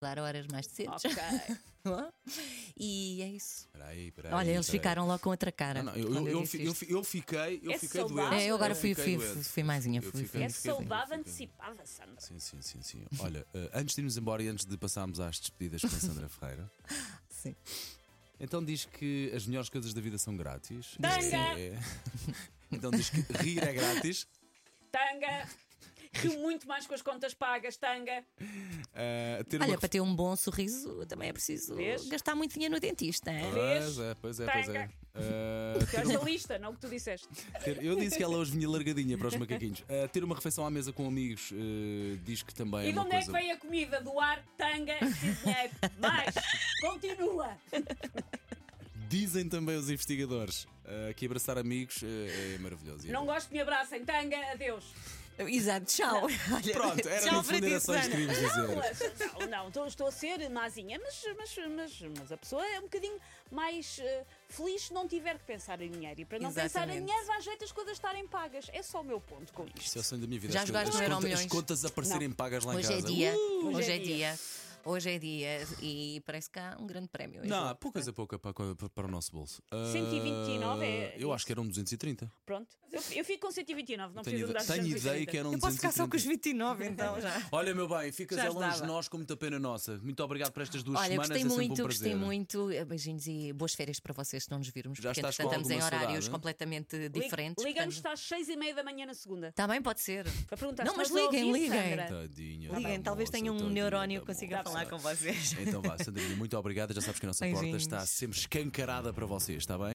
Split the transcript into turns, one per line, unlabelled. dar horas mais cedo.
Ok.
e é isso.
Peraí, peraí.
Olha, eles
peraí.
ficaram logo com outra cara.
é. Não, não, eu,
quando
eu, eu,
disse
fi- eu
isto.
fi- eu fiquei, eu
É
fiquei
saudável.
doente.
É, eu agora fui,
fiquei
fui-
doente.
fui maisinha,
Eu
fui-
fiquei-
fui-
É
fiquei doente,
saudade
fiquei-
antecipada, Sandra.
Sim, sim, sim, sim. Olha, eh, antes de irmos embora e antes de passarmos às despedidas com a Sandra Ferreira,
Sim.
então diz que as melhores coisas da vida são grátis.
Tanga!
Isso é- Então diz que rir é grátis.
Tanga! Rio muito mais com as contas pagas, tanga.
eh, ter
Olha,
uma
para ter um bom sorriso também é preciso
Vês?
gastar muito dinheiro no dentista. hein?
Pois é, pois é, pois é.
Tanga.
Eh, ter
Queres a lista, não o que tu disseste.
Ter- Eu disse que ela hoje vinha largadinha para os macaquinhos. Ah, ter uma refeição à mesa com amigos ah, diz que
e
também é
de
uma
onde é que
coisa.
vem a comida? Do ar, tanga, sim, dinheiro. Mais! Continua!
Dizem também os investigadores ah, que abraçar amigos ah, é maravilhoso. E é
Não
bom.
gosto que me abracem, tanga, adeus.
Exato, tchau. Olha,
Pronto, era
tchau
no
para
fundo
ti,
era só isto que
Susana. é.
queríamos dizer.
Não, não, estou, estou a ser mazinha, mas, mas, mas, mas a pessoa é um bocadinho mais eh, feliz se não tiver que pensar em dinheiro. E para não pensar
Exatamente.
em dinheiro, dá jeito as coisas estarem pagas. É só o meu ponto com isto.
Isso é o sonho da minha vida.
Já
as,
jogaste
as,
no
contas,
Euromilhões?
as contas aparecerem pagas lá em
Hoje
casa.
é dia.
Uh,
hoje é dia. Hoje é dia. E parece que há um grande prémio. hoje.
Não, poucas a pouca para, para- para o nosso bolso. Ah,
129 é-
Eu acho que um eram 230.
Pronto. Eu, eu fico com 129, não
Tenho,
preciso
ide-
andar
tenho ideia que um eram
Eu posso ficar só com os
230.
29, então já.
Olha, meu bem, ficas
Já
a longe de
estava.
nós com muita pena nossa. Muito obrigado por estas duas
Olha,
semanas.
gostei
é sempre um
muito, gostei
prazer.
muito. Eh, Beijinhos e boas férias para vocês se não nos virmos,
Já
porque
estás com
entretanto estamos em
alguma
horários
saudade?
completamente diferentes.
Ligamos-te
portanto-
às 6 e meia da manhã na segunda.
Tá bem, pode ser.
Para perguntar
Não,
se
mas
estás a
liguem,
ouvir,
liguem.
Sandra.
Tadinha.
Liguem,
da
talvez
moça,
tenha um
tadinha
neurónio
da
que consiga
moça.
falar com vocês.
Então vá, Sandrinha, muito obrigada. Já sabes que a nossa porta
Beijinhos.
está sempre escancarada para vocês, está bem?